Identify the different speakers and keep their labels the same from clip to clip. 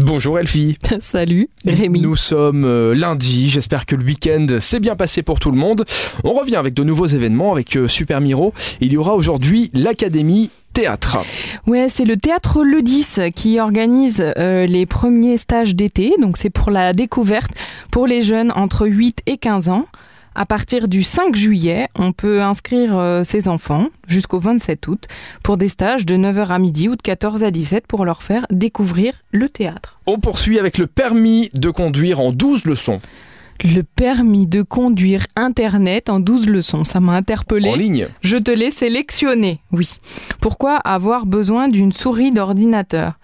Speaker 1: Bonjour Elfie.
Speaker 2: Salut Rémi.
Speaker 1: Nous sommes euh, lundi, j'espère que le week-end s'est bien passé pour tout le monde. On revient avec de nouveaux événements avec euh, Super Miro. Il y aura aujourd'hui l'Académie Théâtre.
Speaker 2: Ouais, c'est le théâtre Le 10 qui organise euh, les premiers stages d'été. Donc c'est pour la découverte pour les jeunes entre 8 et 15 ans. À partir du 5 juillet, on peut inscrire euh, ses enfants jusqu'au 27 août pour des stages de 9h à midi ou de 14 à 17 pour leur faire découvrir le théâtre.
Speaker 1: On poursuit avec le permis de conduire en 12 leçons
Speaker 2: Le permis de conduire Internet en 12 leçons, ça m'a interpellé.
Speaker 1: en ligne.
Speaker 2: Je te l'ai sélectionné, oui. Pourquoi avoir besoin d'une souris d'ordinateur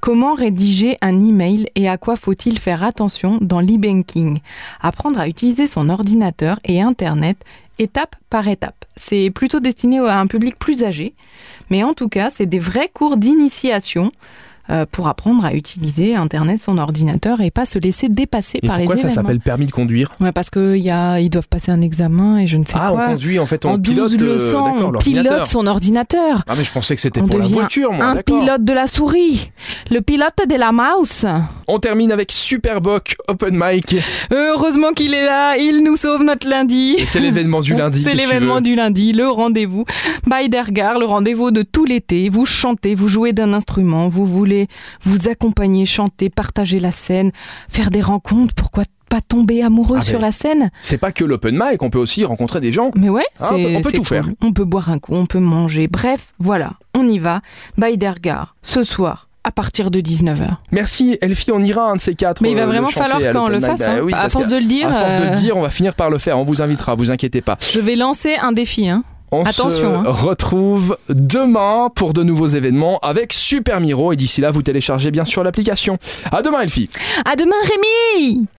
Speaker 2: Comment rédiger un email et à quoi faut-il faire attention dans l'e-banking Apprendre à utiliser son ordinateur et Internet étape par étape. C'est plutôt destiné à un public plus âgé, mais en tout cas, c'est des vrais cours d'initiation euh, pour apprendre à utiliser Internet, son ordinateur et pas se laisser dépasser
Speaker 1: Et
Speaker 2: par les
Speaker 1: pourquoi ça
Speaker 2: événements.
Speaker 1: s'appelle permis de conduire
Speaker 2: Ouais, parce qu'ils doivent passer un examen et je ne sais
Speaker 1: Ah,
Speaker 2: quoi
Speaker 1: on conduit en fait, on
Speaker 2: en 12
Speaker 1: pilote euh,
Speaker 2: leçons,
Speaker 1: d'accord,
Speaker 2: on
Speaker 1: l'ordinateur.
Speaker 2: pilote son ordinateur.
Speaker 1: Ah mais je pensais que c'était
Speaker 2: On
Speaker 1: pour la
Speaker 2: devient
Speaker 1: voiture, moi.
Speaker 2: un
Speaker 1: d'accord.
Speaker 2: pilote de la souris, le pilote de la mouse.
Speaker 1: On termine avec Superboc Open Mic.
Speaker 2: Heureusement qu'il est là, il nous sauve notre
Speaker 1: Et
Speaker 2: lundi.
Speaker 1: c'est l'événement du lundi.
Speaker 2: C'est
Speaker 1: qu'est-ce que tu
Speaker 2: l'événement
Speaker 1: veux
Speaker 2: du lundi, le rendez-vous. By Dergar, le rendez-vous de tout l'été. Vous chantez, vous jouez d'un instrument, vous voulez vous accompagner, chanter, partager la scène, faire des rencontres. Pourquoi pas tomber amoureux
Speaker 1: Ah,
Speaker 2: sur
Speaker 1: mais-
Speaker 2: la scène
Speaker 1: C'est pas que l'open mic, on peut aussi rencontrer des gens.
Speaker 2: Mais ouais,
Speaker 1: Ah, on
Speaker 2: c'est-
Speaker 1: peut- on peut
Speaker 2: c'est
Speaker 1: tout faire.
Speaker 2: On peut boire un coup, on peut manger. Bref, voilà, on y va. Baidergar, ce soir, à partir de 19h.
Speaker 1: Merci Elfie, on ira un de ces quatre.
Speaker 2: Mais il
Speaker 1: euh,
Speaker 2: va
Speaker 1: le
Speaker 2: vraiment
Speaker 1: chanter
Speaker 2: falloir
Speaker 1: à
Speaker 2: qu'on
Speaker 1: l'open mic.
Speaker 2: le fasse.
Speaker 1: Bah
Speaker 2: hein.
Speaker 1: oui,
Speaker 2: à
Speaker 1: parce
Speaker 2: force
Speaker 1: qu'à-
Speaker 2: de le dire,
Speaker 1: à force de le
Speaker 2: euh,
Speaker 1: dire, on va finir par le faire. On vous invitera, vous inquiétez pas.
Speaker 2: je vais lancer un défi. hein.
Speaker 1: On se
Speaker 2: Attention, hein.
Speaker 1: retrouve demain pour de nouveaux événements avec Super Miro. Et d'ici là, vous téléchargez bien sûr l'application. À demain Elfie.
Speaker 2: À demain, Rémi